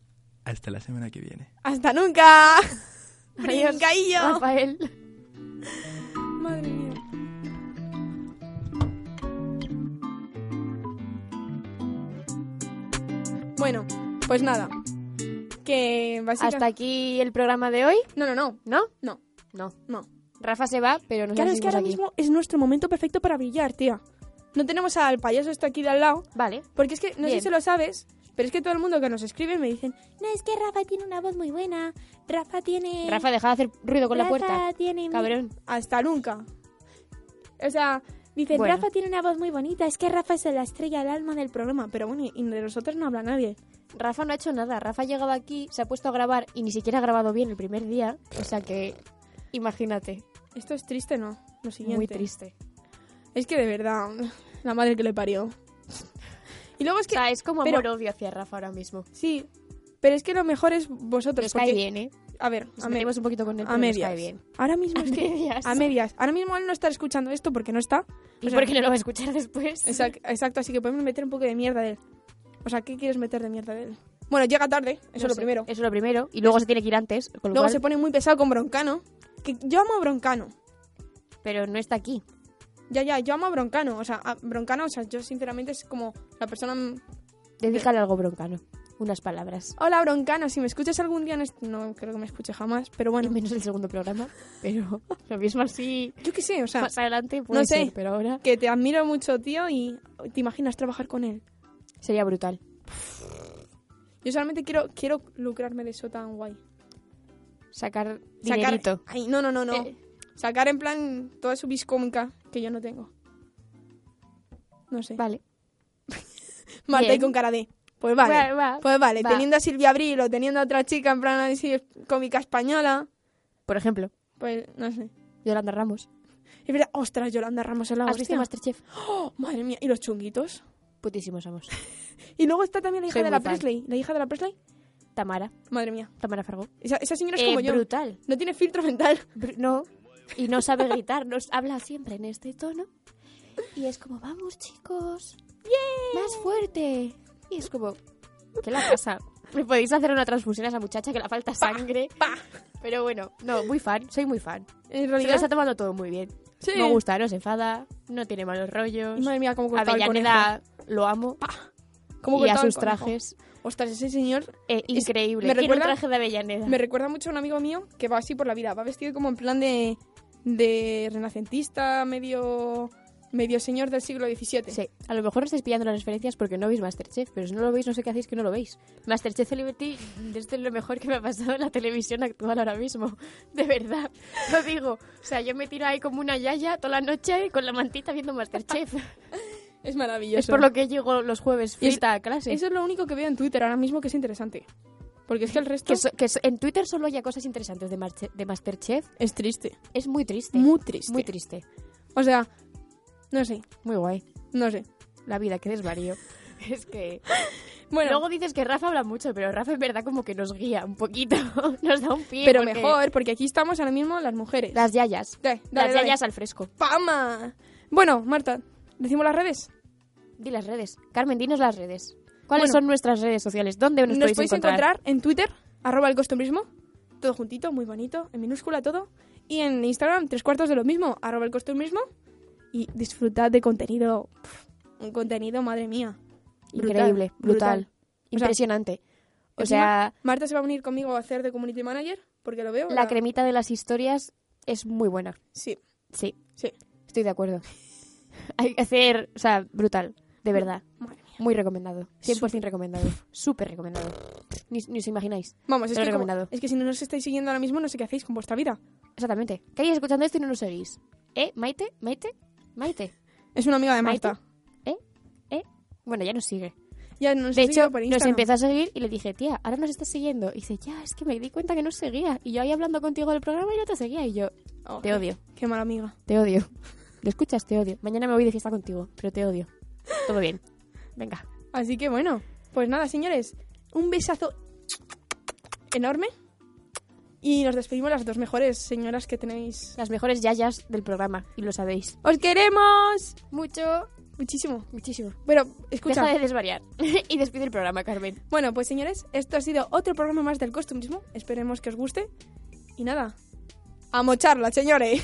Speaker 1: hasta la semana que viene.
Speaker 2: ¡Hasta nunca!
Speaker 3: Adiós,
Speaker 2: ¡Brincaillo!
Speaker 3: Rafael.
Speaker 2: Madre mía. Bueno, pues nada. Que básicamente...
Speaker 3: Hasta aquí el programa de hoy,
Speaker 2: No, no, no.
Speaker 3: ¿no?
Speaker 2: No,
Speaker 3: No.
Speaker 2: no.
Speaker 3: Rafa se va, pero nosotros
Speaker 2: Claro, es que
Speaker 3: seguimos
Speaker 2: ahora
Speaker 3: aquí.
Speaker 2: mismo es nuestro momento perfecto para brillar, tía. No tenemos al payaso este aquí de al lado.
Speaker 3: Vale.
Speaker 2: Porque es que, no sé
Speaker 3: Bien.
Speaker 2: si lo sabes, pero es que todo el mundo que nos escribe me dicen...
Speaker 5: No, es que Rafa tiene una voz muy buena. Rafa
Speaker 2: Eh,
Speaker 5: tiene...
Speaker 3: Rafa, deja de hacer ruido con la
Speaker 5: Rafa
Speaker 3: puerta.
Speaker 5: tiene...
Speaker 3: Cabrón.
Speaker 2: Hasta nunca. O sea,
Speaker 5: Dice,
Speaker 3: Bueno.
Speaker 5: Rafa tiene una voz muy bonita. Es que Rafa es la estrella, el alma del programa. Pero bueno, y- y de nosotros no habla nadie.
Speaker 3: Rafa no ha hecho nada. Rafa ha llegado aquí, se ha puesto a grabar y ni siquiera ha grabado bien el primer día. O sea que, imagínate,
Speaker 2: Esto es triste, ¿no? Lo siguiente.
Speaker 3: muy triste.
Speaker 2: Es que de verdad, la madre que le parió. Y luego es
Speaker 3: O
Speaker 2: que...
Speaker 3: sea, es como
Speaker 2: pero-
Speaker 3: amor-odio hacia Rafa ahora mismo.
Speaker 2: Sí, pero es que lo mejor es vosotros.
Speaker 3: Nos
Speaker 2: porque,
Speaker 3: cae bien, ¿eh?
Speaker 2: A ver,
Speaker 3: Nos
Speaker 2: a, me-
Speaker 3: metemos un poquito con él,
Speaker 2: a
Speaker 3: pero nos
Speaker 2: medias.
Speaker 3: cae bien.
Speaker 2: Ahora mismo
Speaker 3: A
Speaker 2: es que...
Speaker 3: medias.
Speaker 2: A medias. Ahora mismo él no está escuchando esto porque no está.
Speaker 3: ¿Y
Speaker 2: O sea,
Speaker 3: por qué no lo va a escuchar después?
Speaker 2: exac- exacto, así que podemos meter un poco de mierda de él. O sea, ¿qué quieres meter de mierda de él? Bueno, llega tarde, eso es
Speaker 3: No
Speaker 2: lo
Speaker 3: sé,
Speaker 2: primero.
Speaker 3: Eso es lo primero. Y luego se tiene que ir antes. con lo
Speaker 2: Luego
Speaker 3: cual-
Speaker 2: se pone muy pesado con Broncano. Que yo amo a Broncano.
Speaker 3: Pero no está aquí.
Speaker 2: Ya, ya, yo amo a Broncano. O sea, a Broncano, o sea, yo sinceramente es como la persona... m-
Speaker 3: Dedícale algo broncano. Unas palabras.
Speaker 2: Hola, Broncano, si me escuchas algún día... en est- No creo que me escuche jamás, pero
Speaker 3: Y
Speaker 2: bueno.
Speaker 3: menos el segundo programa. Pero lo mismo así.
Speaker 2: Yo qué sé, o sea,
Speaker 3: Más adelante puede
Speaker 2: no sé.
Speaker 3: ser, pero ahora
Speaker 2: que te admiro mucho, tío, y te imaginas trabajar con él.
Speaker 3: sería brutal.
Speaker 2: Yo solamente quiero, quiero lucrarme de eso tan guay.
Speaker 3: Sacar
Speaker 2: Sacar...
Speaker 3: dinerito.
Speaker 2: Ay, no, no, no, no.
Speaker 3: Eh.
Speaker 2: Sacar en plan toda su viscómica que yo no tengo. No sé.
Speaker 3: Vale.
Speaker 2: Marta
Speaker 3: Bien.
Speaker 2: y con cara de. Pues vale.
Speaker 3: Va, va,
Speaker 2: pues vale,
Speaker 3: va.
Speaker 2: teniendo a Silvia Abril o teniendo a otra chica en plan así cómica española,
Speaker 3: Por ejemplo,
Speaker 2: pues no sé.
Speaker 3: Yolanda Ramos.
Speaker 2: Es verdad, ostras, Yolanda Ramos es la
Speaker 3: ¿Has visto
Speaker 2: hostia.
Speaker 3: Masterchef?
Speaker 2: ¡Oh, madre mía, y los chunguitos.
Speaker 3: Putísimos amos.
Speaker 2: Y luego está también la hija
Speaker 3: Soy
Speaker 2: de
Speaker 3: muy
Speaker 2: la
Speaker 3: fan.
Speaker 2: Presley. La hija de la Presley.
Speaker 3: Tamara.
Speaker 2: Madre mía.
Speaker 3: Tamara Fargo.
Speaker 2: Esa, esa señora es
Speaker 3: Eh,
Speaker 2: como yo.
Speaker 3: brutal.
Speaker 2: No tiene filtro mental.
Speaker 3: Br- no. Y no sabe gritar. Nos habla siempre en este tono. Y es como, vamos chicos. Más fuerte. Y es como, ¿qué la pasa? Me podéis hacer una transfusión a esa muchacha que le falta sangre. Pero bueno, no, muy fan. Soy muy fan.
Speaker 2: En
Speaker 3: Se lo
Speaker 2: realidad.
Speaker 3: está tomando todo muy bien.
Speaker 2: Sí.
Speaker 3: Me gusta, no se enfada, no tiene malos rollos.
Speaker 2: Madre mía, cómo cortaba el
Speaker 3: Avellaneda lo amo.
Speaker 2: conejo. Cómo
Speaker 3: y a
Speaker 2: cortaba el
Speaker 3: sus
Speaker 2: conejo.
Speaker 3: trajes.
Speaker 2: Ostras, ese señor
Speaker 3: eh,
Speaker 2: Es-
Speaker 3: increíble.
Speaker 2: me
Speaker 3: Quiero un
Speaker 2: recuerda-
Speaker 3: traje de Avellaneda.
Speaker 2: me recuerda mucho a un amigo mío que va así por la vida. Va vestido como en plan de, de renacentista, medio, medio señor del siglo XVII.
Speaker 3: Sí, a lo mejor estáis pillando las referencias porque no veis Masterchef, pero si no lo veis, no sé qué hacéis que no lo veis. Masterchef Celebrity este es lo mejor que me ha pasado en la televisión actual ahora mismo. De verdad, lo digo. O sea, yo me tiro ahí como una yaya toda la noche con la mantita viendo Masterchef.
Speaker 2: Es maravilloso.
Speaker 3: es por lo que llego los jueves
Speaker 2: Y es-
Speaker 3: fiesta a clase.
Speaker 2: Eso es lo único que veo en Twitter ahora mismo que es interesante. Porque es que el resto
Speaker 3: que, so- que so- en Twitter solo haya cosas interesantes de, Marche- de Masterchef.
Speaker 2: es triste.
Speaker 3: Es muy triste.
Speaker 2: Muy triste.
Speaker 3: Muy triste.
Speaker 2: O sea, no sé,
Speaker 3: Muy guay.
Speaker 2: no sé.
Speaker 3: La vida, qué desvarío. es que...
Speaker 2: Bueno,
Speaker 3: Luego dices que Rafa habla mucho, pero Rafa en verdad como que nos guía un poquito. nos da un pie.
Speaker 2: pero
Speaker 3: porque-
Speaker 2: mejor, porque aquí estamos ahora mismo las mujeres.
Speaker 3: Las yayas.
Speaker 2: Dale,
Speaker 3: las
Speaker 2: dale, dale.
Speaker 3: yayas al fresco.
Speaker 2: ¡Pama! Bueno, Marta, ¿decimos las redes?
Speaker 3: Di las redes. Carmen, dinos las redes. ¿Cuáles
Speaker 2: Bueno.
Speaker 3: son nuestras redes sociales? ¿Dónde nos,
Speaker 2: Nos,
Speaker 3: podéis,
Speaker 2: podéis encontrar? en Twitter, arroba el costumbrismo, todo juntito, muy bonito, en minúscula todo. Y en Instagram, tres cuartos de lo mismo, arroba el costumbrismo. Y disfrutad de contenido, pff, un contenido, madre mía. Brutal,
Speaker 3: Increíble, brutal.
Speaker 2: brutal. O sea,
Speaker 3: Impresionante. O
Speaker 2: Encima,
Speaker 3: sea,
Speaker 2: Marta se va a unir conmigo a hacer de community manager, porque lo veo.
Speaker 3: la cremita de las historias es muy buena.
Speaker 2: Sí,
Speaker 3: Sí,
Speaker 2: sí.
Speaker 3: estoy de acuerdo. Hay que hacer, o sea, brutal, de verdad.
Speaker 2: Madre mía.
Speaker 3: Muy recomendado. 100% recomendado. Súper recomendado. Ni, ni os imagináis.
Speaker 2: Vamos, es
Speaker 3: Te lo
Speaker 2: que, como-
Speaker 3: recomendado.
Speaker 2: es que si no nos estáis siguiendo ahora mismo, no sé qué hacéis con vuestra vida.
Speaker 3: Exactamente. Que hayáis escuchando esto y no nos seguís. ¿Eh? ¿Maite? ¿Maite? ¿Maite?
Speaker 2: Es una amiga de
Speaker 3: Maite.
Speaker 2: Marta.
Speaker 3: ¿Eh? ¿Eh? Bueno, ya nos sigue.
Speaker 2: Ya nos
Speaker 3: De
Speaker 2: ha seguido
Speaker 3: hecho,
Speaker 2: por
Speaker 3: nos
Speaker 2: Instagram.
Speaker 3: empezó a seguir y le dije, tía, ahora nos estás siguiendo. Y dice, ya, es que me di cuenta que no seguía. Y yo ahí hablando contigo del programa y no te seguía. Y yo,
Speaker 2: Oh,
Speaker 3: te odio,
Speaker 2: Qué mala amiga.
Speaker 3: te odio. ¿Lo escuchas? Te odio. Mañana me voy de fiesta contigo, pero te odio. Todo bien. Venga.
Speaker 2: Así que bueno, pues nada, señores, un besazo enorme. Y nos despedimos las dos mejores señoras que tenéis.
Speaker 3: Las mejores yayas del programa, y lo sabéis.
Speaker 2: ¡Os queremos!
Speaker 3: Mucho.
Speaker 2: Muchísimo.
Speaker 6: Muchísimo.
Speaker 2: Pero, escucha.
Speaker 6: Deja de desvariar. y despide el programa, Carmen.
Speaker 2: Bueno, pues señores, esto ha sido otro programa más del costumbrismo. Esperemos que os guste. Y nada, a mocharla, señores.